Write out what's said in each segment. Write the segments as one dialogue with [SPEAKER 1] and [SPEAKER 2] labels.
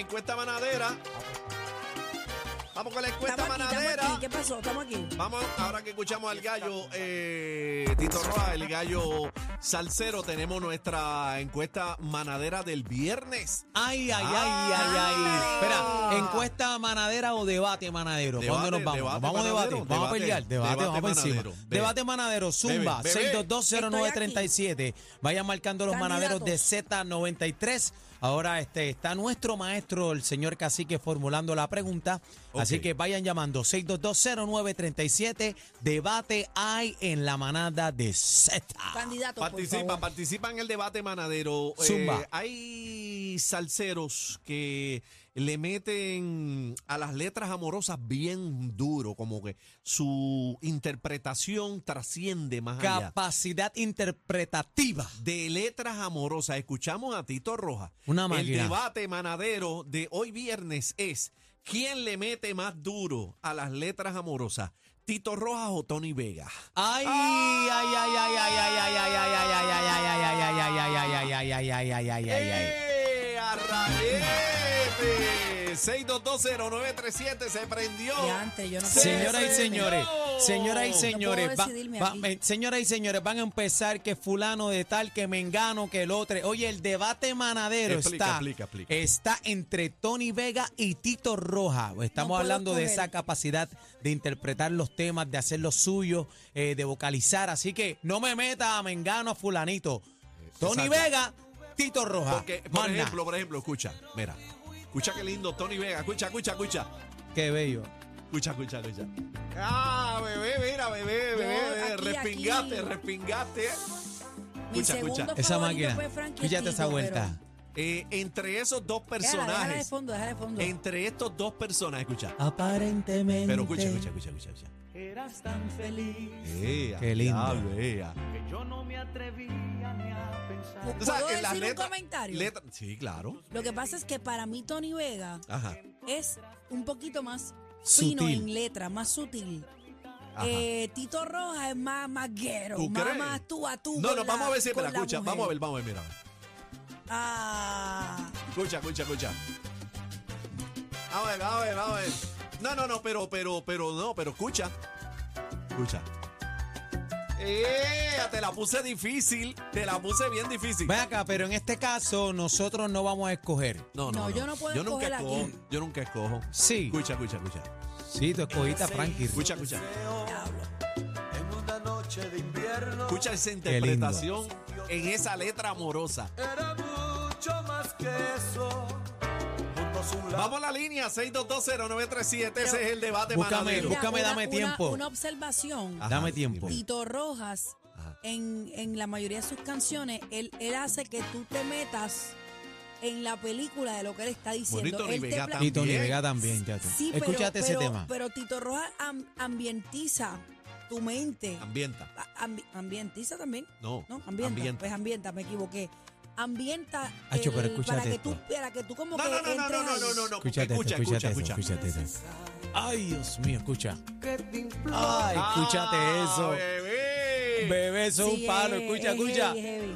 [SPEAKER 1] encuesta manadera. Vamos con la encuesta
[SPEAKER 2] Estamos aquí,
[SPEAKER 1] Pues manadera.
[SPEAKER 2] estamos aquí. ¿Qué pasó? Estamos aquí.
[SPEAKER 1] Vamos, ahora que escuchamos al gallo eh, Tito Roa, el gallo salsero, tenemos nuestra encuesta manadera del viernes.
[SPEAKER 3] Ay, ay, ay, ay, ay. Espera, encuesta manadera o debate manadero.
[SPEAKER 1] Debate,
[SPEAKER 3] ¿Cuándo nos vamos?
[SPEAKER 1] debate
[SPEAKER 3] vamos a
[SPEAKER 1] manadero,
[SPEAKER 3] debatir, vamos a
[SPEAKER 1] debate,
[SPEAKER 3] pelear. Debate,
[SPEAKER 1] debate
[SPEAKER 3] vamos por encima.
[SPEAKER 1] manadero. Bebe.
[SPEAKER 3] Debate manadero, Zumba,
[SPEAKER 1] Bebe, bebe.
[SPEAKER 3] 6220937. Vayan marcando los
[SPEAKER 2] Candidatos.
[SPEAKER 3] manaderos de Z93. Ahora este, está nuestro maestro, el señor Cacique, formulando la pregunta. Así
[SPEAKER 1] Ok.
[SPEAKER 3] que vayan llamando 6220937. Debate hay en la manada de Z.
[SPEAKER 2] Candidato,
[SPEAKER 1] Participa,
[SPEAKER 2] por favor.
[SPEAKER 1] participa en el debate manadero. Eh,
[SPEAKER 3] Zumba.
[SPEAKER 1] hay salseros que le meten a las letras amorosas bien duro, como que su interpretación trasciende más allá.
[SPEAKER 3] Capacidad interpretativa.
[SPEAKER 1] de letras amorosas. Escuchamos a Tito Rojas.
[SPEAKER 3] Una
[SPEAKER 1] El
[SPEAKER 3] máquina.
[SPEAKER 1] debate manadero de hoy viernes es ¿quién le mete más duro a las letras amorosas? Tito Rojas o Tony Vega.
[SPEAKER 3] Ay, ay, ay, ay, ay, ay, ay, ay, ay, ay, ay, ay, ay, ay, ay, ay, ay, ay, ay, ay, ay, ay, ay, ay, ay.
[SPEAKER 1] ¡Eh, arraete! 6220937 se prendió.
[SPEAKER 2] Diantre, yo no
[SPEAKER 1] Se
[SPEAKER 2] puedo
[SPEAKER 3] Señoras y
[SPEAKER 2] decirle.
[SPEAKER 3] señores, señoras y
[SPEAKER 1] No
[SPEAKER 3] señores,
[SPEAKER 2] puedo
[SPEAKER 3] va-
[SPEAKER 2] decidirme
[SPEAKER 3] va-
[SPEAKER 2] aquí.
[SPEAKER 3] eh, señoras y señores, van a empezar que fulano de tal, que mengano, que el otro. Oye, el debate manadero
[SPEAKER 1] Explica,
[SPEAKER 3] está,
[SPEAKER 1] explica, explica.
[SPEAKER 3] está entre Tony Vega y Tito Roja. Estamos
[SPEAKER 2] puedo
[SPEAKER 3] hablando de
[SPEAKER 2] escoger.
[SPEAKER 3] esa capacidad de interpretar los temas, de hacer los suyos, eh, de vocalizar. Así que no me meta a mengano, a fulanito. Tony
[SPEAKER 1] exacto.
[SPEAKER 3] Vega, Tito Roja.
[SPEAKER 1] Porque, por
[SPEAKER 3] Más nada.
[SPEAKER 1] ejemplo, por ejemplo, escucha, mira. Escucha qué lindo Tony Vega. Escucha, escucha, escucha.
[SPEAKER 3] Qué bello.
[SPEAKER 1] Escucha, escucha, escucha. Ah, bebé, mira, bebé, bebé. bebé.
[SPEAKER 2] aquí,
[SPEAKER 1] respingate,
[SPEAKER 2] aquí.
[SPEAKER 1] respingate.
[SPEAKER 2] Mi
[SPEAKER 1] Escucha,
[SPEAKER 2] segundo
[SPEAKER 1] escucha.
[SPEAKER 3] Esa
[SPEAKER 2] favorito
[SPEAKER 3] máquina.
[SPEAKER 2] fue Frankie
[SPEAKER 3] Fíjate esa
[SPEAKER 2] Tito,
[SPEAKER 3] vuelta.
[SPEAKER 1] Eh, entre esos dos
[SPEAKER 2] pero- Déjala, Déjala de
[SPEAKER 1] personajes.
[SPEAKER 2] fondo, déjala de fondo.
[SPEAKER 1] Entre estos dos personajes, escucha.
[SPEAKER 3] Aparentemente.
[SPEAKER 1] Pero escucha, escucha, escucha, escucha. escucha.
[SPEAKER 4] Eras tan feliz
[SPEAKER 1] Ea,
[SPEAKER 3] Qué lindo.
[SPEAKER 1] diablo, ea.
[SPEAKER 4] que yo no me atrevía ni a pensar.
[SPEAKER 1] Tú sabes,
[SPEAKER 2] ¿Puedo
[SPEAKER 1] en las
[SPEAKER 2] decir un
[SPEAKER 1] letras-
[SPEAKER 2] comentario?
[SPEAKER 1] letra- sí, claro.
[SPEAKER 2] Lo que pasa es que para mí Tony Vega
[SPEAKER 1] Ajá.
[SPEAKER 2] es un poquito más fino
[SPEAKER 3] Sutil.
[SPEAKER 2] en letra, más sutil.
[SPEAKER 1] ajá.
[SPEAKER 2] Eh, Tito Rojas es más más guero,
[SPEAKER 1] ¿Tú
[SPEAKER 2] más,
[SPEAKER 1] crees?
[SPEAKER 2] más tú a tú.
[SPEAKER 1] No,
[SPEAKER 2] con
[SPEAKER 1] no,
[SPEAKER 2] la-
[SPEAKER 1] vamos a ver si,
[SPEAKER 2] con
[SPEAKER 1] espera,
[SPEAKER 2] la
[SPEAKER 1] escucha,
[SPEAKER 2] mujer.
[SPEAKER 1] vamos a ver, vamos a ver, mira.
[SPEAKER 2] Ah,
[SPEAKER 1] Escucha, escucha, escucha. A ver, a ver, a ver. No, no, no, pero, pero, pero, no, pero escucha. Escucha. ¡Eh! Te la puse difícil. Te la puse bien difícil.
[SPEAKER 3] Ven acá, pero en este caso nosotros no vamos a escoger.
[SPEAKER 1] No,
[SPEAKER 2] No, yo no puedo
[SPEAKER 1] Yo nunca
[SPEAKER 2] escoger aquí.
[SPEAKER 1] escojo. Yo nunca escojo.
[SPEAKER 3] Sí,
[SPEAKER 1] Escucha, escucha, escucha.
[SPEAKER 3] sí, tú escogiste a Frankie.
[SPEAKER 1] Escucha, escucha.
[SPEAKER 2] diablo.
[SPEAKER 4] En una noche de invierno
[SPEAKER 1] Escucha esa
[SPEAKER 3] lindo.
[SPEAKER 1] interpretación en esa letra amorosa.
[SPEAKER 4] era mucho más que eso. Juntos un lado.
[SPEAKER 1] Vamos a la línea 6220937. Ese
[SPEAKER 2] Pero-
[SPEAKER 1] es el debate
[SPEAKER 3] Búscame,
[SPEAKER 1] manadero.
[SPEAKER 2] Mira,
[SPEAKER 3] Búscame,
[SPEAKER 2] una-
[SPEAKER 3] dame
[SPEAKER 2] una-
[SPEAKER 3] tiempo.
[SPEAKER 2] Una observación.
[SPEAKER 1] Ajá,
[SPEAKER 3] Dame tiempo.
[SPEAKER 1] dime.
[SPEAKER 2] Tito Rojas,
[SPEAKER 1] Ajá.
[SPEAKER 2] en, en la mayoría de sus canciones, él, él hace que tú te metas en la película de lo que él está diciendo.
[SPEAKER 1] Bonito
[SPEAKER 2] él te
[SPEAKER 1] Rivera
[SPEAKER 2] pla-
[SPEAKER 3] Y Tony
[SPEAKER 1] también.
[SPEAKER 3] Vega también, ya tú.
[SPEAKER 2] Sí, pero-
[SPEAKER 3] Escúchate ese
[SPEAKER 2] pero-
[SPEAKER 3] tema.
[SPEAKER 2] Pero Tito Rojas am- ambientiza tu mente.
[SPEAKER 1] Ambienta.
[SPEAKER 2] A- ambi- ambientiza también,
[SPEAKER 1] No.
[SPEAKER 2] ¿no? Ambienta.
[SPEAKER 1] Ambienta.
[SPEAKER 2] Pues ambienta, me equivoqué. Ambienta
[SPEAKER 3] Acho, pero
[SPEAKER 2] el-
[SPEAKER 3] escúchate
[SPEAKER 2] para que
[SPEAKER 3] esto.
[SPEAKER 2] tú para que tú como
[SPEAKER 1] No,
[SPEAKER 2] que
[SPEAKER 1] no, no, no, no,
[SPEAKER 2] entres
[SPEAKER 1] no,
[SPEAKER 2] ahí.
[SPEAKER 1] no, no, no.
[SPEAKER 3] Escúchate esto,
[SPEAKER 1] escucha,
[SPEAKER 3] escúchate
[SPEAKER 1] escucha,
[SPEAKER 3] esto,
[SPEAKER 1] escucha.
[SPEAKER 3] escúchate esto. Ay, Dios mío, escucha. Ay,
[SPEAKER 1] Ah,
[SPEAKER 3] escúchate eso.
[SPEAKER 1] bebé.
[SPEAKER 3] Bebé, eso es
[SPEAKER 2] Sí, eh,
[SPEAKER 3] un palo.
[SPEAKER 2] es- es
[SPEAKER 3] Escucha, escucha.
[SPEAKER 2] heavy, es heavy.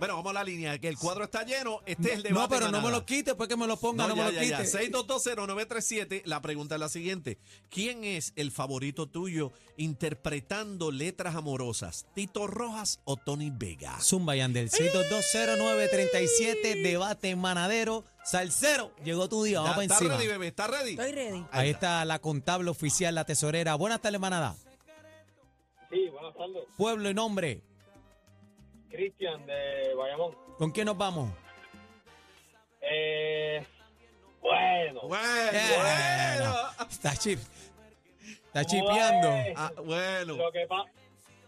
[SPEAKER 1] Bueno, vamos a la línea, que el cuadro está lleno. Este es el debate.
[SPEAKER 3] No, pero no me
[SPEAKER 1] manada.
[SPEAKER 3] lo quites, pues que me lo ponga,
[SPEAKER 1] No,
[SPEAKER 3] no,
[SPEAKER 1] ya,
[SPEAKER 3] me lo
[SPEAKER 1] ya, ya.
[SPEAKER 3] quites.
[SPEAKER 1] 6220937. La pregunta es la siguiente: ¿Quién es el favorito tuyo interpretando letras amorosas? ¿Tito Rojas o Tony Vega?
[SPEAKER 3] Zumba y Andel, 6220937, debate manadero, salsero. Llegó tu día,
[SPEAKER 1] Ya,
[SPEAKER 3] vamos pa'
[SPEAKER 1] ¿Está
[SPEAKER 3] encima.
[SPEAKER 1] ready, bebé? ¿Está ready?
[SPEAKER 2] Estoy ready.
[SPEAKER 3] Ahí está la contable oficial, la tesorera. Buenas tardes, manada.
[SPEAKER 5] Sí, buenas tardes.
[SPEAKER 3] Pueblo y nombre.
[SPEAKER 5] Cristian de Bayamón.
[SPEAKER 3] ¿Con quién nos vamos?
[SPEAKER 5] Eh, bueno.
[SPEAKER 1] Bueno,
[SPEAKER 3] Eh,
[SPEAKER 1] bueno.
[SPEAKER 3] no, no. Está chip. Está chipeando.
[SPEAKER 5] Bueno.
[SPEAKER 1] Ah, bueno.
[SPEAKER 5] Lo que pasa...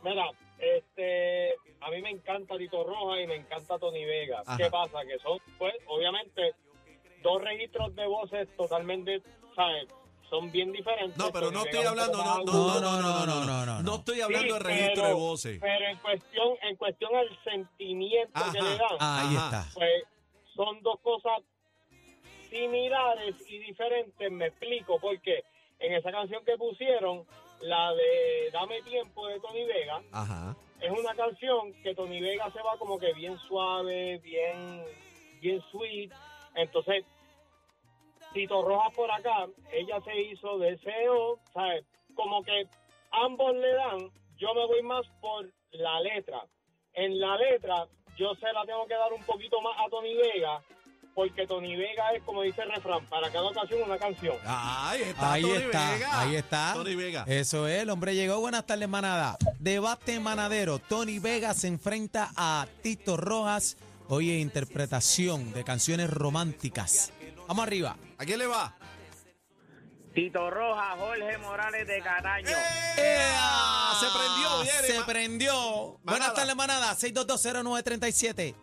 [SPEAKER 5] Mira, este, a mí me encanta Tito Roja y me encanta Tony Vega.
[SPEAKER 1] Ajá.
[SPEAKER 5] ¿Qué pasa? Que son, pues, obviamente, dos registros de voces totalmente, ¿sabes? Son bien diferentes.
[SPEAKER 1] No, pero
[SPEAKER 5] Tony
[SPEAKER 1] no
[SPEAKER 5] Vega
[SPEAKER 1] estoy
[SPEAKER 5] un
[SPEAKER 1] hablando,
[SPEAKER 5] poco
[SPEAKER 1] no, no,
[SPEAKER 5] más
[SPEAKER 1] no,
[SPEAKER 3] agudo.
[SPEAKER 1] no, no, no, no, no.
[SPEAKER 3] no.
[SPEAKER 1] estoy hablando de
[SPEAKER 5] Sí,
[SPEAKER 1] registro
[SPEAKER 5] pero-
[SPEAKER 1] de voces.
[SPEAKER 5] Pero en cuestión, en cuestión al sentimiento que
[SPEAKER 1] Ajá.
[SPEAKER 5] le dan.
[SPEAKER 3] Ahí
[SPEAKER 1] Ajá.
[SPEAKER 3] está.
[SPEAKER 5] pues son dos cosas similares y diferentes, me explico, porque en esa canción que pusieron, la de Dame tiempo de Tony Vega,
[SPEAKER 1] Ajá.
[SPEAKER 5] es una canción que Tony Vega se va como que bien suave, bien, bien sweet, entonces Tito Rojas por acá, ella se hizo deseo, ¿sabes? Como que ambos le dan, yo me voy más por la letra. En la letra, yo se la tengo que dar un poquito más a Tony Vega, porque Tony Vega es, como dice el refrán, para cada ocasión una canción.
[SPEAKER 1] Ahí está,
[SPEAKER 3] ahí
[SPEAKER 1] Tony
[SPEAKER 3] está,
[SPEAKER 1] Vega.
[SPEAKER 3] ahí está.
[SPEAKER 1] Tony Vega.
[SPEAKER 3] Eso es, el hombre llegó. Buenas tardes, manada. Debate manadero. Tony Vega se enfrenta a Tito Rojas. Hoy es interpretación de canciones románticas. Vamos arriba.
[SPEAKER 1] ¿A quién le va?
[SPEAKER 6] Tito Roja, Jorge Morales de Cataño.
[SPEAKER 1] ¡Ea! Ah, Se prendió, viene,
[SPEAKER 3] Se
[SPEAKER 1] ma-
[SPEAKER 3] prendió.
[SPEAKER 1] Manada.
[SPEAKER 3] Buenas tardes, manada. 6220937.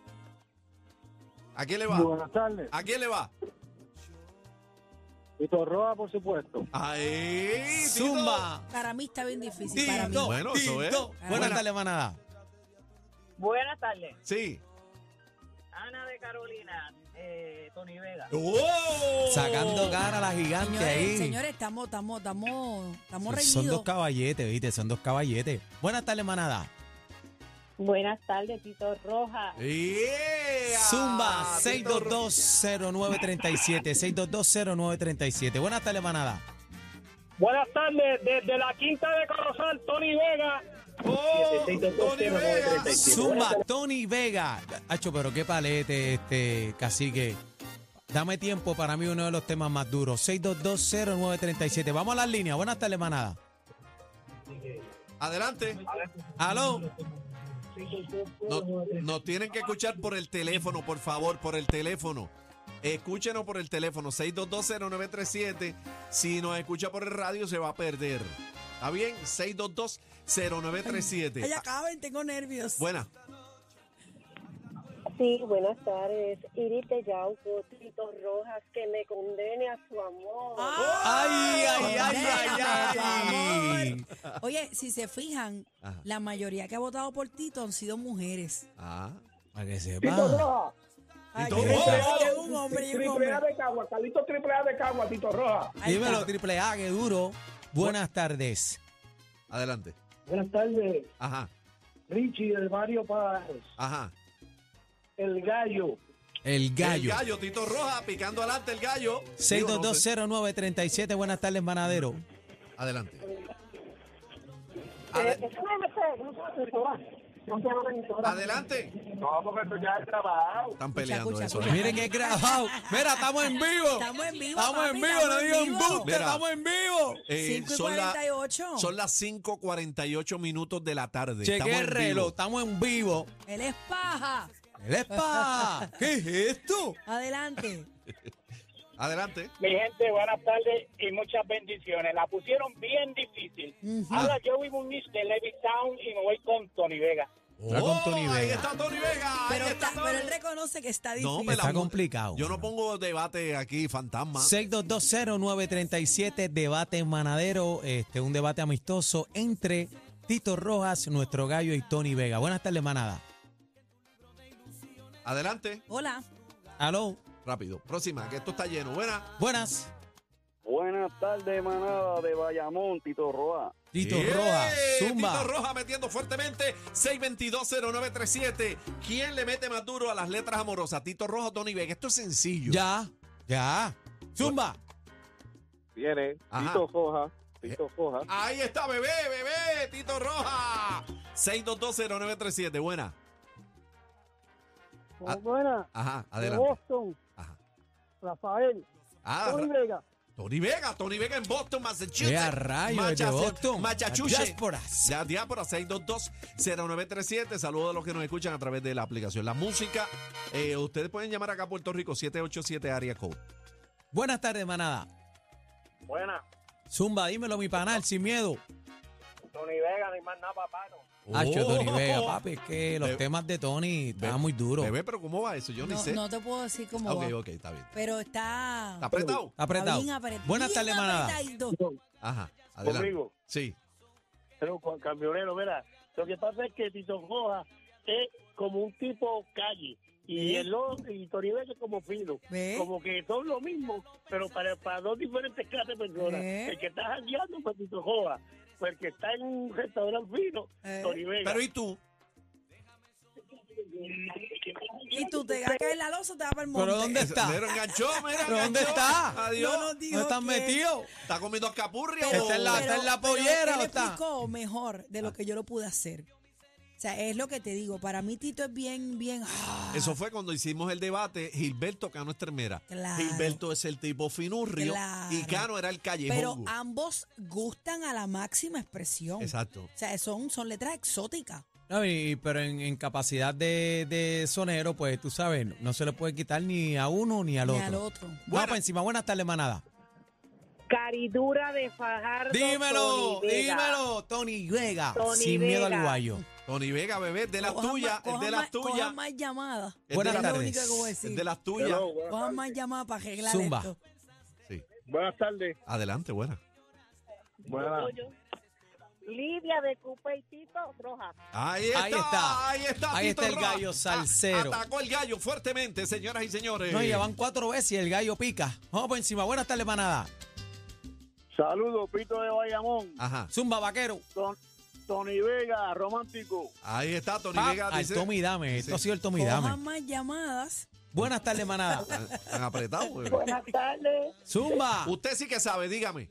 [SPEAKER 1] ¿A quién le va?
[SPEAKER 7] Buenas tardes.
[SPEAKER 1] ¿A quién le va?
[SPEAKER 7] Tito Roa, por supuesto.
[SPEAKER 1] Ahí, Tito.
[SPEAKER 3] Zumba.
[SPEAKER 2] Para mí está bien difícil. para mí. Ah,
[SPEAKER 3] Tito,
[SPEAKER 1] Bueno, eso es.
[SPEAKER 3] Tito. Buenas
[SPEAKER 1] Buena.
[SPEAKER 3] tardes, manada.
[SPEAKER 6] Buenas tardes.
[SPEAKER 1] Sí.
[SPEAKER 6] Ana de Carolina, eh, Tony Vega.
[SPEAKER 1] ¡Oh!
[SPEAKER 3] Sacando cara a la gigante
[SPEAKER 2] Señores,
[SPEAKER 3] ahí.
[SPEAKER 2] señores, estamos, estamos, estamos, estamos
[SPEAKER 3] Son dos
[SPEAKER 2] reñidos.
[SPEAKER 3] caballetes, viste, son dos caballetes. Buenas tardes, manada.
[SPEAKER 8] Buenas tardes, Tito Roja.
[SPEAKER 1] ¡Ea!
[SPEAKER 3] Zumba,
[SPEAKER 1] Tito Ro-
[SPEAKER 3] 6220937, 6220937. Buenas tardes, manada.
[SPEAKER 5] Buenas tardes, desde la quinta de Corozal, Tony Vega.
[SPEAKER 1] ¡Oh! Tony Vega.
[SPEAKER 3] Zumba, Tony Vega. Hacho, pero qué palete, este, cacique. Dame tiempo, para mí uno de los temas más duros. 6220937. Vamos a las líneas. Buenas tardes, manada.
[SPEAKER 1] Adelante.
[SPEAKER 3] Aló.
[SPEAKER 1] No- nos tienen que escuchar por el teléfono, por favor, por el teléfono. Escúchenos por el teléfono, 6220937. Si nos escucha por el radio, se va a perder. ¿Está bien? 6220937.
[SPEAKER 2] Ay,
[SPEAKER 1] Ah,
[SPEAKER 2] acaben, tengo nervios.
[SPEAKER 1] Buena.
[SPEAKER 8] Sí, buenas tardes. Iris de Yauco, Tito Rojas, que me condene a su amor.
[SPEAKER 2] Ah,
[SPEAKER 3] Ay, ay, ay,
[SPEAKER 2] Déjame,
[SPEAKER 3] ay, ay.
[SPEAKER 2] por favor. Oye, si se fijan,
[SPEAKER 1] Ajá.
[SPEAKER 2] la mayoría que ha votado por Tito han sido mujeres.
[SPEAKER 1] Ah.
[SPEAKER 3] Para que
[SPEAKER 7] Tito
[SPEAKER 3] sepa.
[SPEAKER 7] Roja.
[SPEAKER 2] Ay,
[SPEAKER 1] Tito,
[SPEAKER 2] llegó-
[SPEAKER 1] ¡oh!
[SPEAKER 2] llegó un hombre, llegó un
[SPEAKER 7] Triple
[SPEAKER 2] hombre.
[SPEAKER 7] A de Cagua. Carlito Triple A de Cagua, Tito Roja.
[SPEAKER 2] Ahí está.
[SPEAKER 3] Dímelo, triple A, que duro. Buenas tardes.
[SPEAKER 1] Adelante.
[SPEAKER 7] Buenas tardes.
[SPEAKER 1] Ajá,
[SPEAKER 7] Richie del Mario Pájaros.
[SPEAKER 1] ajá.
[SPEAKER 7] El Gallo.
[SPEAKER 3] El
[SPEAKER 1] El
[SPEAKER 3] gallo.
[SPEAKER 1] gallo, Tito Roja, picando adelante el gallo. Digo, no sé.
[SPEAKER 3] 6220937, buenas tardes, manadero.
[SPEAKER 1] Adelante.
[SPEAKER 8] Eh,
[SPEAKER 2] Eh,
[SPEAKER 1] Ade-
[SPEAKER 8] eso no me sé, no sé, Tito Roja. No sé, Tito Roja.
[SPEAKER 1] adelante.
[SPEAKER 7] No, porque esto ya es trabajo.
[SPEAKER 1] Están peleando
[SPEAKER 2] escucha,
[SPEAKER 1] eso.
[SPEAKER 2] escucha.
[SPEAKER 1] ¿eh?
[SPEAKER 3] Miren que es grabado. Mira, estamos en vivo.
[SPEAKER 2] Estamos en vivo,
[SPEAKER 3] Estamos
[SPEAKER 2] papi,
[SPEAKER 3] en vivo,
[SPEAKER 2] estamos
[SPEAKER 3] no
[SPEAKER 2] en
[SPEAKER 3] digo
[SPEAKER 2] vivo.
[SPEAKER 3] embuste,
[SPEAKER 1] Mira.
[SPEAKER 3] estamos en vivo.
[SPEAKER 1] Eh,
[SPEAKER 2] 5 y
[SPEAKER 1] son, la-
[SPEAKER 2] 48.
[SPEAKER 1] son las 5.48 minutos de la tarde.
[SPEAKER 3] Cheque
[SPEAKER 1] Estamos
[SPEAKER 3] el
[SPEAKER 1] en
[SPEAKER 3] reloj,
[SPEAKER 1] vivo.
[SPEAKER 3] estamos en vivo.
[SPEAKER 2] Él es paja.
[SPEAKER 3] El spa. ¿Qué es esto?
[SPEAKER 2] Adelante.
[SPEAKER 1] Adelante.
[SPEAKER 5] Mi gente, buenas tardes y muchas bendiciones. La pusieron bien difícil.
[SPEAKER 2] Ujú.
[SPEAKER 5] Ahora yo vivo un niche de Levittown y me voy con Tony Vega.
[SPEAKER 3] Oh, Está con Tony
[SPEAKER 1] Oh, Ahí
[SPEAKER 3] Vega.
[SPEAKER 1] está Tony Vega.
[SPEAKER 2] Pero,
[SPEAKER 1] ahí está
[SPEAKER 2] está-
[SPEAKER 1] Tony.
[SPEAKER 2] pero él reconoce que está difícil.
[SPEAKER 1] No, me la-
[SPEAKER 3] Está complicado.
[SPEAKER 1] Yo no pongo debate aquí, fantasma.
[SPEAKER 3] 6220937, debate en manadero, este, un debate amistoso entre Tito Rojas, nuestro gallo, y Tony Vega. Buenas tardes, manada.
[SPEAKER 1] Adelante.
[SPEAKER 2] Hola.
[SPEAKER 3] Aló,
[SPEAKER 1] Rápido. Próxima, que esto está lleno. Buena.
[SPEAKER 3] buenas.
[SPEAKER 6] Buenas tardes, manada de Bayamón, Tito Roja.
[SPEAKER 3] Tito
[SPEAKER 1] ¡Eh!
[SPEAKER 3] Rojas, zumba.
[SPEAKER 1] Tito Roja metiendo fuertemente 6220937. ¿Quién le mete más duro a las letras amorosas? Tito Roja o Tony Vega. Esto es sencillo.
[SPEAKER 3] Ya, ya. Zumba.
[SPEAKER 6] Viene,
[SPEAKER 1] Ajá.
[SPEAKER 6] Tito Roja, Tito Roja.
[SPEAKER 1] Ahí está, bebé, bebé, Tito Roja. 6220937, buena. Ah.
[SPEAKER 7] buenas.
[SPEAKER 1] Ajá, adelante.
[SPEAKER 7] Boston.
[SPEAKER 1] Ajá.
[SPEAKER 7] Rafael.
[SPEAKER 1] Ah, Ra-
[SPEAKER 7] Vega.
[SPEAKER 1] Tony Vega, Tony Vega en Boston, Massachusetts.
[SPEAKER 3] ¡Qué a rayos de
[SPEAKER 1] Machace-
[SPEAKER 3] Boston!
[SPEAKER 1] Massachusetts.
[SPEAKER 3] Las diásporas.
[SPEAKER 1] Ya, diáspora 622-0937. Saludos a los que nos escuchan a través de la aplicación. La música, eh, ustedes pueden llamar acá a Puerto Rico 787 Area Code.
[SPEAKER 3] Buenas tardes, manada.
[SPEAKER 5] Buenas,
[SPEAKER 3] Zumba, dímelo, mi panal, sin miedo.
[SPEAKER 5] Tony Vega, no hay más nada, papá. no.
[SPEAKER 3] Hacho, Tony
[SPEAKER 1] Oh.
[SPEAKER 3] Ah, Vega, papi, es que los
[SPEAKER 1] Bebé.
[SPEAKER 3] temas de Tony estaban muy duros.
[SPEAKER 1] Bebé, pero ¿cómo va eso? Yo ni
[SPEAKER 2] No,
[SPEAKER 1] sé.
[SPEAKER 2] no te puedo decir cómo
[SPEAKER 1] Ah, ok,
[SPEAKER 2] va.
[SPEAKER 1] ok, está bien.
[SPEAKER 2] Pero está,
[SPEAKER 1] ¿Está apretado?
[SPEAKER 3] Apretado.
[SPEAKER 2] bien apretado.
[SPEAKER 3] Buenas
[SPEAKER 2] bien
[SPEAKER 3] tardes, manada.
[SPEAKER 2] apretadito.
[SPEAKER 1] Ajá, adelante.
[SPEAKER 7] Conmigo.
[SPEAKER 1] Sí.
[SPEAKER 7] Pero con camionero, mira, lo que pasa es que Tito Roja es como un tipo calle y el o- y Tony Vega es como fino.
[SPEAKER 2] ¿Ve?
[SPEAKER 7] Como que son lo mismo, pero para, para dos diferentes clases de personas.
[SPEAKER 2] ¿Eh?
[SPEAKER 7] El que está jangueando pues Tito Roja, pues el que está en un restaurante fino,
[SPEAKER 2] ¿Eh?
[SPEAKER 7] Tony Vega.
[SPEAKER 1] Pero ¿y tú?
[SPEAKER 2] Y tú te vas a caer la losa o te vas para el monte.
[SPEAKER 3] Pero ¿dónde está?
[SPEAKER 1] Pero enganchó, mira.
[SPEAKER 3] ¿Pero dónde
[SPEAKER 1] enganchó.
[SPEAKER 3] está?
[SPEAKER 1] Adiós.
[SPEAKER 2] No, no, dijo
[SPEAKER 3] ¿No estás
[SPEAKER 2] que-
[SPEAKER 3] metido?
[SPEAKER 1] ¿Está comiendo escapurria
[SPEAKER 3] Pero-
[SPEAKER 1] o...?
[SPEAKER 3] Está en la- está en la
[SPEAKER 2] pero
[SPEAKER 3] pollera,
[SPEAKER 2] él
[SPEAKER 3] ¿o está?
[SPEAKER 2] explicó mejor de lo que yo lo pude hacer. O sea, es lo que te digo. Para mí Tito es bien, bien... ah,
[SPEAKER 1] Eso fue cuando hicimos el debate, Gilberto Cano es termera.
[SPEAKER 2] Claro.
[SPEAKER 1] Gilberto es el tipo finurrio
[SPEAKER 2] Claro.
[SPEAKER 1] y Cano era el
[SPEAKER 2] Pero
[SPEAKER 1] callejón.
[SPEAKER 2] ambos gustan a la máxima expresión.
[SPEAKER 1] Exacto.
[SPEAKER 2] O sea, son, son letras exóticas.
[SPEAKER 3] No, y- pero en, en capacidad de, de sonero, pues tú sabes, no se le puede quitar ni a uno ni al
[SPEAKER 2] Ni
[SPEAKER 3] otro.
[SPEAKER 2] al otro.
[SPEAKER 3] Vamos para encima, buenas tardes, manada.
[SPEAKER 8] Caridura de Fajardo.
[SPEAKER 3] Dímelo,
[SPEAKER 8] Tony Vega.
[SPEAKER 3] dímelo, Tony Vega.
[SPEAKER 8] Tony
[SPEAKER 3] Sin miedo al
[SPEAKER 8] Vega.
[SPEAKER 3] guayo.
[SPEAKER 1] Tony Vega, bebé, de las
[SPEAKER 2] Cojan
[SPEAKER 1] tuyas, es
[SPEAKER 2] más-
[SPEAKER 1] de
[SPEAKER 2] cojan
[SPEAKER 1] las
[SPEAKER 2] más- cojan
[SPEAKER 1] tuyas.
[SPEAKER 2] más llamadas.
[SPEAKER 1] Es de
[SPEAKER 3] Buenas
[SPEAKER 2] Es lo
[SPEAKER 1] las-
[SPEAKER 2] único que
[SPEAKER 3] tardes.
[SPEAKER 2] voy a
[SPEAKER 1] es
[SPEAKER 2] decir.
[SPEAKER 1] de las tuyas.
[SPEAKER 7] Hello, buenas
[SPEAKER 2] Cojan
[SPEAKER 7] tardes.
[SPEAKER 2] más llamadas para arreglar
[SPEAKER 3] Zumba.
[SPEAKER 2] esto.
[SPEAKER 1] Sí.
[SPEAKER 7] Buenas tardes.
[SPEAKER 1] Adelante, buena.
[SPEAKER 7] Buenas.
[SPEAKER 8] Lidia de Cupa y Tito Rojas.
[SPEAKER 1] Ahí está,
[SPEAKER 3] Ahí está.
[SPEAKER 1] ahí está,
[SPEAKER 3] Ahí
[SPEAKER 1] Tito
[SPEAKER 3] está el
[SPEAKER 1] Rojas.
[SPEAKER 3] gallo
[SPEAKER 1] Ah,
[SPEAKER 3] salsero.
[SPEAKER 1] atacó el gallo fuertemente, señoras y señores.
[SPEAKER 3] No, ya van cuatro veces y el gallo pica. Vamos por encima, buenas tardes, manada.
[SPEAKER 7] Saludos, Pito de Bayamón.
[SPEAKER 1] Ajá.
[SPEAKER 3] Zumba, vaquero.
[SPEAKER 7] Ton- Tony Vega, romántico.
[SPEAKER 1] Ahí está, Tony
[SPEAKER 3] Pa,
[SPEAKER 1] Vega.
[SPEAKER 3] Ah, al
[SPEAKER 1] dice-
[SPEAKER 3] Tommy Dame,
[SPEAKER 1] Sí.
[SPEAKER 3] esto ha sido el Tommy
[SPEAKER 2] Cojan
[SPEAKER 3] Dame.
[SPEAKER 2] más llamadas.
[SPEAKER 3] Buenas tardes, manada.
[SPEAKER 1] Han, han Ah, apretado, bebé.
[SPEAKER 9] Buenas tardes.
[SPEAKER 3] Zumba.
[SPEAKER 1] Usted sí que sabe, dígame.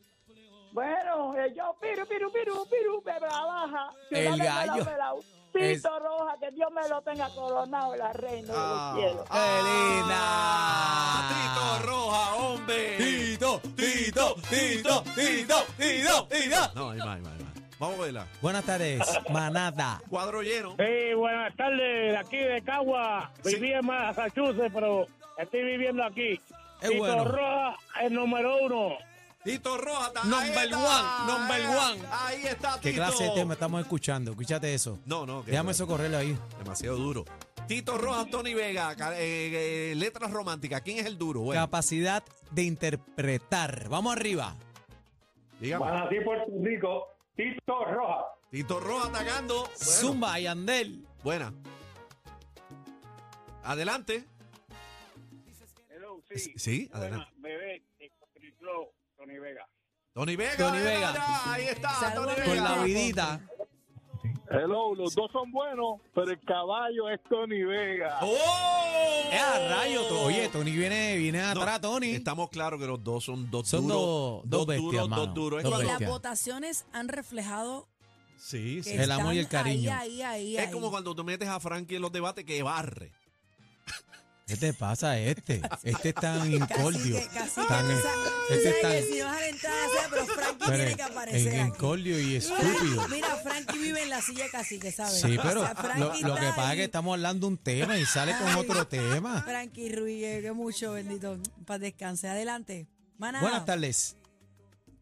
[SPEAKER 9] Bueno, yo piru, piru, piru, piru, me la baja. Si
[SPEAKER 3] El
[SPEAKER 9] no me la
[SPEAKER 3] gallo.
[SPEAKER 9] pelao,
[SPEAKER 3] Es-
[SPEAKER 9] Pito Roja, que Dios me lo tenga coronado, la reina
[SPEAKER 1] Ah,
[SPEAKER 9] de los cielos.
[SPEAKER 3] ¡Qué linda!
[SPEAKER 1] Tito Roja, hombre.
[SPEAKER 3] Tito, Tito, Tito, Tito, Tito, Tito.
[SPEAKER 1] No, ahí va, ahí va, ahí va. Vamos a verla.
[SPEAKER 3] Buenas tardes, manada.
[SPEAKER 1] Cuadro lleno.
[SPEAKER 7] Sí, buenas tardes, de aquí de Cagua.
[SPEAKER 1] Sí.
[SPEAKER 7] Viví en Massachusetts, pero estoy viviendo aquí.
[SPEAKER 3] Es
[SPEAKER 7] Tito
[SPEAKER 3] bueno.
[SPEAKER 7] Roja, el número uno.
[SPEAKER 1] Tito Roja está
[SPEAKER 3] Number
[SPEAKER 1] ahí está.
[SPEAKER 3] one, number one.
[SPEAKER 1] Ahí está,
[SPEAKER 3] ¿Qué
[SPEAKER 1] Tito.
[SPEAKER 3] clase de tema estamos escuchando? Escúchate eso.
[SPEAKER 1] No, no, que-
[SPEAKER 3] Déjame socorrerlo ahí.
[SPEAKER 1] Demasiado duro. Tito Roja, Tony Vega, ca- eh, eh, letras románticas. ¿Quién es el duro? Bueno,
[SPEAKER 3] Capacidad de interpretar. Vamos arriba.
[SPEAKER 1] dígame.
[SPEAKER 10] Manatí, Puerto Rico, Tito Rojas.
[SPEAKER 1] Tito Roja atacando. Bueno,
[SPEAKER 3] Zumba y Andel.
[SPEAKER 1] Buena. Adelante.
[SPEAKER 7] Hello,
[SPEAKER 1] Sí, sí, adelante.
[SPEAKER 7] bebé, Tony Vega.
[SPEAKER 1] Tony Vega.
[SPEAKER 3] Tony
[SPEAKER 1] mira,
[SPEAKER 3] Vega.
[SPEAKER 1] mira, Ahí está,
[SPEAKER 2] Saludos,
[SPEAKER 1] Tony
[SPEAKER 3] Con la
[SPEAKER 1] Vega.
[SPEAKER 3] vidita.
[SPEAKER 7] Hello, los dos son buenos, pero el caballo es Tony Vega.
[SPEAKER 1] ¡Oh!
[SPEAKER 3] ¡Eh, a rayo! to- Oye, Tony viene, viene
[SPEAKER 1] No,
[SPEAKER 3] atrás, Tony.
[SPEAKER 1] Estamos claros que los dos son dos
[SPEAKER 3] Son
[SPEAKER 1] duros.
[SPEAKER 3] dos- dos bestias,
[SPEAKER 1] duros,
[SPEAKER 3] mano.
[SPEAKER 1] dos duros. Es
[SPEAKER 3] Dos
[SPEAKER 1] cuando-
[SPEAKER 2] Las
[SPEAKER 3] bestias.
[SPEAKER 2] votaciones han reflejado
[SPEAKER 1] Sí,
[SPEAKER 2] que
[SPEAKER 1] sí.
[SPEAKER 3] El amor y el
[SPEAKER 2] están
[SPEAKER 3] cariño.
[SPEAKER 2] Ahí, ahí, ahí,
[SPEAKER 1] Es
[SPEAKER 2] ahí.
[SPEAKER 1] como cuando tú metes a Frankie en los debates que barre.
[SPEAKER 3] ¿Qué te pasa a este? Este es tan incordio.
[SPEAKER 2] Casi que, casi que,
[SPEAKER 3] Tan,
[SPEAKER 2] tú
[SPEAKER 3] eh,
[SPEAKER 2] sabes- tú
[SPEAKER 3] este
[SPEAKER 2] sabes
[SPEAKER 3] es
[SPEAKER 2] que
[SPEAKER 3] tan
[SPEAKER 2] si vas a la entrada, sea, pero Frankie
[SPEAKER 3] pero
[SPEAKER 2] tiene que aparecer
[SPEAKER 3] en-
[SPEAKER 2] aquí.
[SPEAKER 3] incordio y estúpido.
[SPEAKER 2] Mira, Frankie vive en la silla casi que sabe.
[SPEAKER 3] Sí, pero
[SPEAKER 2] O sea,
[SPEAKER 3] lo,
[SPEAKER 2] Frankie
[SPEAKER 3] lo que
[SPEAKER 2] está
[SPEAKER 3] pasa es
[SPEAKER 2] ahí.
[SPEAKER 3] que estamos hablando un tema y sale con
[SPEAKER 2] Ay,
[SPEAKER 3] otro tema.
[SPEAKER 2] Frankie Ruiz, eh, que mucho, bendito. Para descanse. Adelante. Maná.
[SPEAKER 3] Buenas tardes.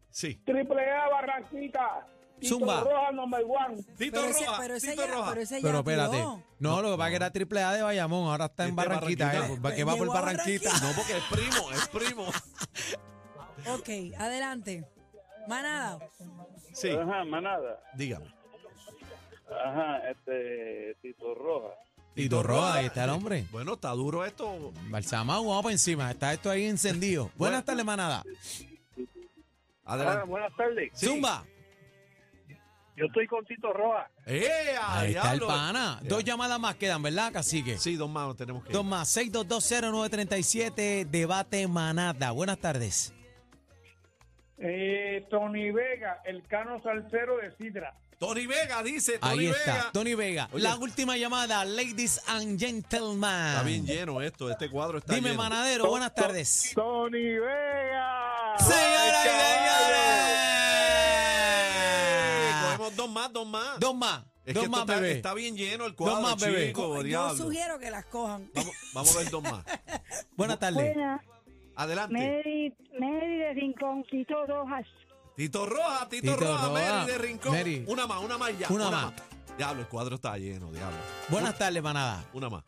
[SPEAKER 1] Sí.
[SPEAKER 9] Triple A, Barranquita. Tito
[SPEAKER 3] Zumba.
[SPEAKER 9] Roja, number one.
[SPEAKER 1] Tito
[SPEAKER 2] Pero ese,
[SPEAKER 1] Roja.
[SPEAKER 2] pero ese
[SPEAKER 1] Tito
[SPEAKER 2] ya,
[SPEAKER 1] Roja.
[SPEAKER 2] pero ese ya
[SPEAKER 3] Pero espérate.
[SPEAKER 2] tiró.
[SPEAKER 3] No, lo que pasa es que era triple A de Bayamón, ahora está en
[SPEAKER 1] Este es
[SPEAKER 3] Barranquita,
[SPEAKER 1] Barranquita.
[SPEAKER 3] eh, va- que va
[SPEAKER 2] Pues Llegó
[SPEAKER 3] por
[SPEAKER 2] a
[SPEAKER 3] Barranquita.
[SPEAKER 1] No, porque es primo, es primo.
[SPEAKER 2] Ok, adelante. Manada.
[SPEAKER 1] Sí,
[SPEAKER 7] Ajá, manada.
[SPEAKER 1] dígame.
[SPEAKER 7] Ajá, este, Tito Roja.
[SPEAKER 3] Tito Roa, ahí está el hombre.
[SPEAKER 1] Bueno, está duro esto.
[SPEAKER 3] Balsamau, vamos por encima, está esto ahí encendido. Buenas tardes, manada.
[SPEAKER 1] Adelante.
[SPEAKER 7] buenas tardes.
[SPEAKER 1] Sí.
[SPEAKER 3] Zumba.
[SPEAKER 7] Yo estoy con Tito Roja.
[SPEAKER 2] Ah,
[SPEAKER 1] ¡Eh, a
[SPEAKER 3] Ahí está el
[SPEAKER 1] diablo!
[SPEAKER 3] pana.
[SPEAKER 1] Ya.
[SPEAKER 3] Dos llamadas más quedan, ¿verdad, cacique?
[SPEAKER 1] Sí, dos manos tenemos que.
[SPEAKER 3] Dos más, 6220937, debate manada. Buenas tardes.
[SPEAKER 9] Eh, Tony Vega, el cano salsero de Sidra.
[SPEAKER 1] Tony Vega dice, Tony
[SPEAKER 3] Ahí
[SPEAKER 1] Vega.
[SPEAKER 3] está, Tony Vega.
[SPEAKER 1] Oye.
[SPEAKER 3] La última llamada, ladies and gentlemen.
[SPEAKER 1] Está bien lleno esto, este cuadro está
[SPEAKER 3] Dime,
[SPEAKER 1] lleno.
[SPEAKER 3] manadero, buenas tardes.
[SPEAKER 7] Tony Vega.
[SPEAKER 3] Señoras y
[SPEAKER 1] Eh,
[SPEAKER 3] señores.
[SPEAKER 1] Cogemos dos más, dos más.
[SPEAKER 3] Dos más,
[SPEAKER 1] es
[SPEAKER 3] dos
[SPEAKER 1] que
[SPEAKER 3] más,
[SPEAKER 1] esto está,
[SPEAKER 3] bebé.
[SPEAKER 1] está bien lleno el
[SPEAKER 3] Dos
[SPEAKER 1] cuadro,
[SPEAKER 3] más, bebé.
[SPEAKER 1] chico,
[SPEAKER 2] Yo
[SPEAKER 1] Oh, diablo.
[SPEAKER 2] sugiero que las cojan.
[SPEAKER 1] Vamos, vamos a ver dos más.
[SPEAKER 3] Buenas tardes.
[SPEAKER 8] Buenas.
[SPEAKER 1] Adelante.
[SPEAKER 8] Mary, Mary de Rincón, Tito Rojas.
[SPEAKER 1] Tito Roja, Tito,
[SPEAKER 3] Tito
[SPEAKER 1] Roja,
[SPEAKER 3] Roja.
[SPEAKER 1] Mary de Rincón.
[SPEAKER 3] Mary.
[SPEAKER 1] Una más, una más ya.
[SPEAKER 3] Una más.
[SPEAKER 1] Diablo, el cuadro está lleno, diablo.
[SPEAKER 3] Buenas tardes, manada.
[SPEAKER 1] Una más.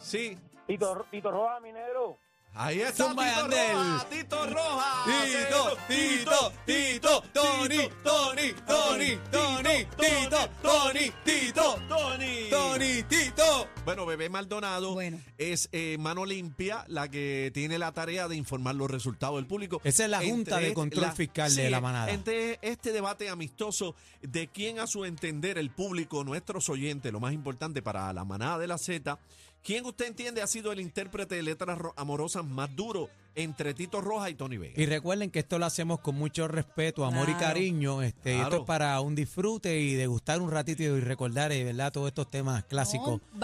[SPEAKER 1] Sí,
[SPEAKER 7] Tito, Tito Roja, minero.
[SPEAKER 1] Ahí está
[SPEAKER 3] Zumba,
[SPEAKER 1] Tito
[SPEAKER 3] Yandel.
[SPEAKER 1] Roja, Tito Roja.
[SPEAKER 3] Tito, Tito, Tito, Tony, Tony, Tony, Tony, Tito, Tony, Tito,
[SPEAKER 1] Tony.
[SPEAKER 3] Tony, Tito.
[SPEAKER 1] Bueno, Bebé Maldonado
[SPEAKER 2] Bueno.
[SPEAKER 1] es eh, mano limpia la que tiene la tarea de informar los resultados del público.
[SPEAKER 3] Esa es la Junta de
[SPEAKER 1] este-
[SPEAKER 3] Control Fiscal de la manada.
[SPEAKER 1] Entre este debate amistoso de quién a su entender el público, nuestros oyentes, lo más importante para la manada de la Z, quién usted entiende ha sido el intérprete de letras ro- amorosas más duro entre Tito Roja y Tony Vega.
[SPEAKER 3] Y recuerden que esto lo hacemos con mucho respeto, amor y
[SPEAKER 2] Claro.
[SPEAKER 3] cariño. Este, y Esto
[SPEAKER 1] Claro.
[SPEAKER 3] es para un disfrute y degustar un ratito y recordar eh, ¿verdad? todos estos temas
[SPEAKER 2] No,
[SPEAKER 3] clásicos que, que nos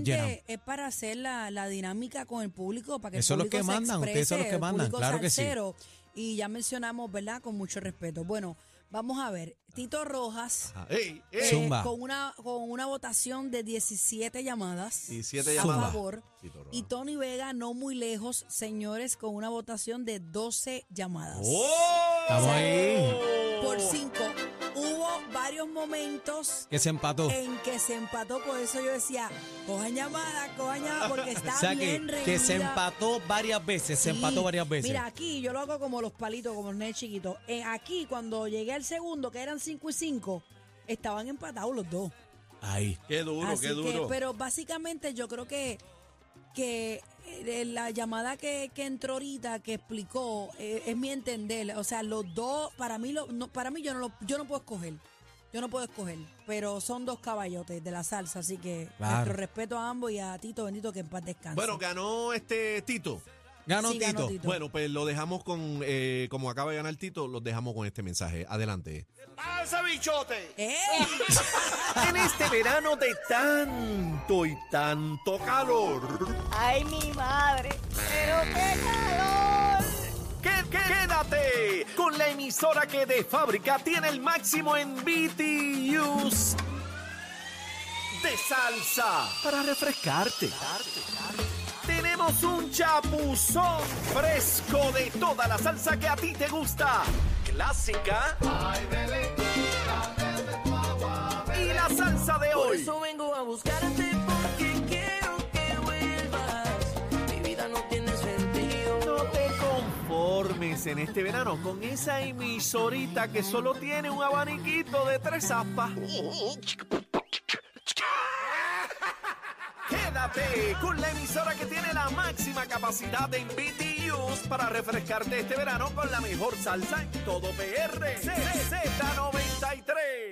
[SPEAKER 2] básicamente
[SPEAKER 3] llenan.
[SPEAKER 2] Es para hacer la, la dinámica con el público, para que
[SPEAKER 3] Eso es
[SPEAKER 2] el
[SPEAKER 3] lo
[SPEAKER 2] público
[SPEAKER 3] que
[SPEAKER 2] se
[SPEAKER 3] mandan, ustedes
[SPEAKER 2] exprese,
[SPEAKER 3] son los que
[SPEAKER 2] el
[SPEAKER 3] mandan,
[SPEAKER 2] público
[SPEAKER 3] claro que sí.
[SPEAKER 2] salsero. Y ya mencionamos, ¿verdad? Con mucho respeto. Bueno, vamos a ver. Tito Rojas,
[SPEAKER 1] Ajá. Ah, Ey, ey.
[SPEAKER 2] eh,
[SPEAKER 3] Zumba.
[SPEAKER 2] con, una, con una votación de 17 llamadas
[SPEAKER 1] 17
[SPEAKER 2] a
[SPEAKER 1] llamadas.
[SPEAKER 2] favor.
[SPEAKER 1] Tito Roja.
[SPEAKER 2] Y Tony Vega, no muy lejos, señores, con una votación de 12 llamadas.
[SPEAKER 1] ¡Oh!
[SPEAKER 3] Estamos
[SPEAKER 2] eh,
[SPEAKER 3] ahí.
[SPEAKER 2] Por 5. Hubo varios momentos
[SPEAKER 3] Que se empató.
[SPEAKER 2] en que se empató, por eso yo decía, cojan llamada, cojan llamada, porque está
[SPEAKER 3] o sea que,
[SPEAKER 2] bien
[SPEAKER 3] que se
[SPEAKER 2] reñida.
[SPEAKER 3] empató varias veces, se
[SPEAKER 2] Sí.
[SPEAKER 3] empató varias veces.
[SPEAKER 2] Mira, aquí yo lo hago como los palitos, como los nenes chiquitos. Eh, aquí, cuando llegué al segundo, que eran 5 y 5, estaban empatados los dos.
[SPEAKER 3] Ahí.
[SPEAKER 1] Qué duro,
[SPEAKER 2] Así
[SPEAKER 1] qué
[SPEAKER 2] que,
[SPEAKER 1] duro.
[SPEAKER 2] pero básicamente yo creo que, que eh, la llamada que, que entró ahorita, que explicó, eh, es mi entender. O sea, los dos, para mí, lo- no, para mí yo, no lo- yo no puedo escoger. Yo no puedo escoger, pero son dos caballotes de la salsa, así que
[SPEAKER 3] Claro.
[SPEAKER 2] nuestro respeto a ambos y a Tito Bendito que en paz descanse.
[SPEAKER 1] bueno, ganó este Tito.
[SPEAKER 3] Ganó
[SPEAKER 2] Sí, ganó
[SPEAKER 3] Tito.
[SPEAKER 2] Tito.
[SPEAKER 1] Bueno, pues lo dejamos con, eh, como acaba de ganar Tito, los dejamos con este mensaje. Adelante.
[SPEAKER 2] ¡Ey!
[SPEAKER 4] En este verano de tanto y tanto calor.
[SPEAKER 9] Ay, mi madre, pero qué calor.
[SPEAKER 4] Qué- qué- Quédate con la emisora que de fábrica tiene el máximo en BTUs de salsa para refrescarte. Tenemos un chapuzón fresco de toda la salsa que a ti te gusta. Clásica. Y la salsa de
[SPEAKER 9] Por
[SPEAKER 4] hoy.
[SPEAKER 9] eso vengo a buscarte porque quiero que vuelvas. Mi vida no tiene sentido.
[SPEAKER 4] No te conformes en este verano con esa emisorita que solo tiene un abaniquito de tres aspas. Quédate con la emisora que tiene la máxima capacidad en BTUs para refrescarte este verano con la mejor salsa en todo PR. CZ93.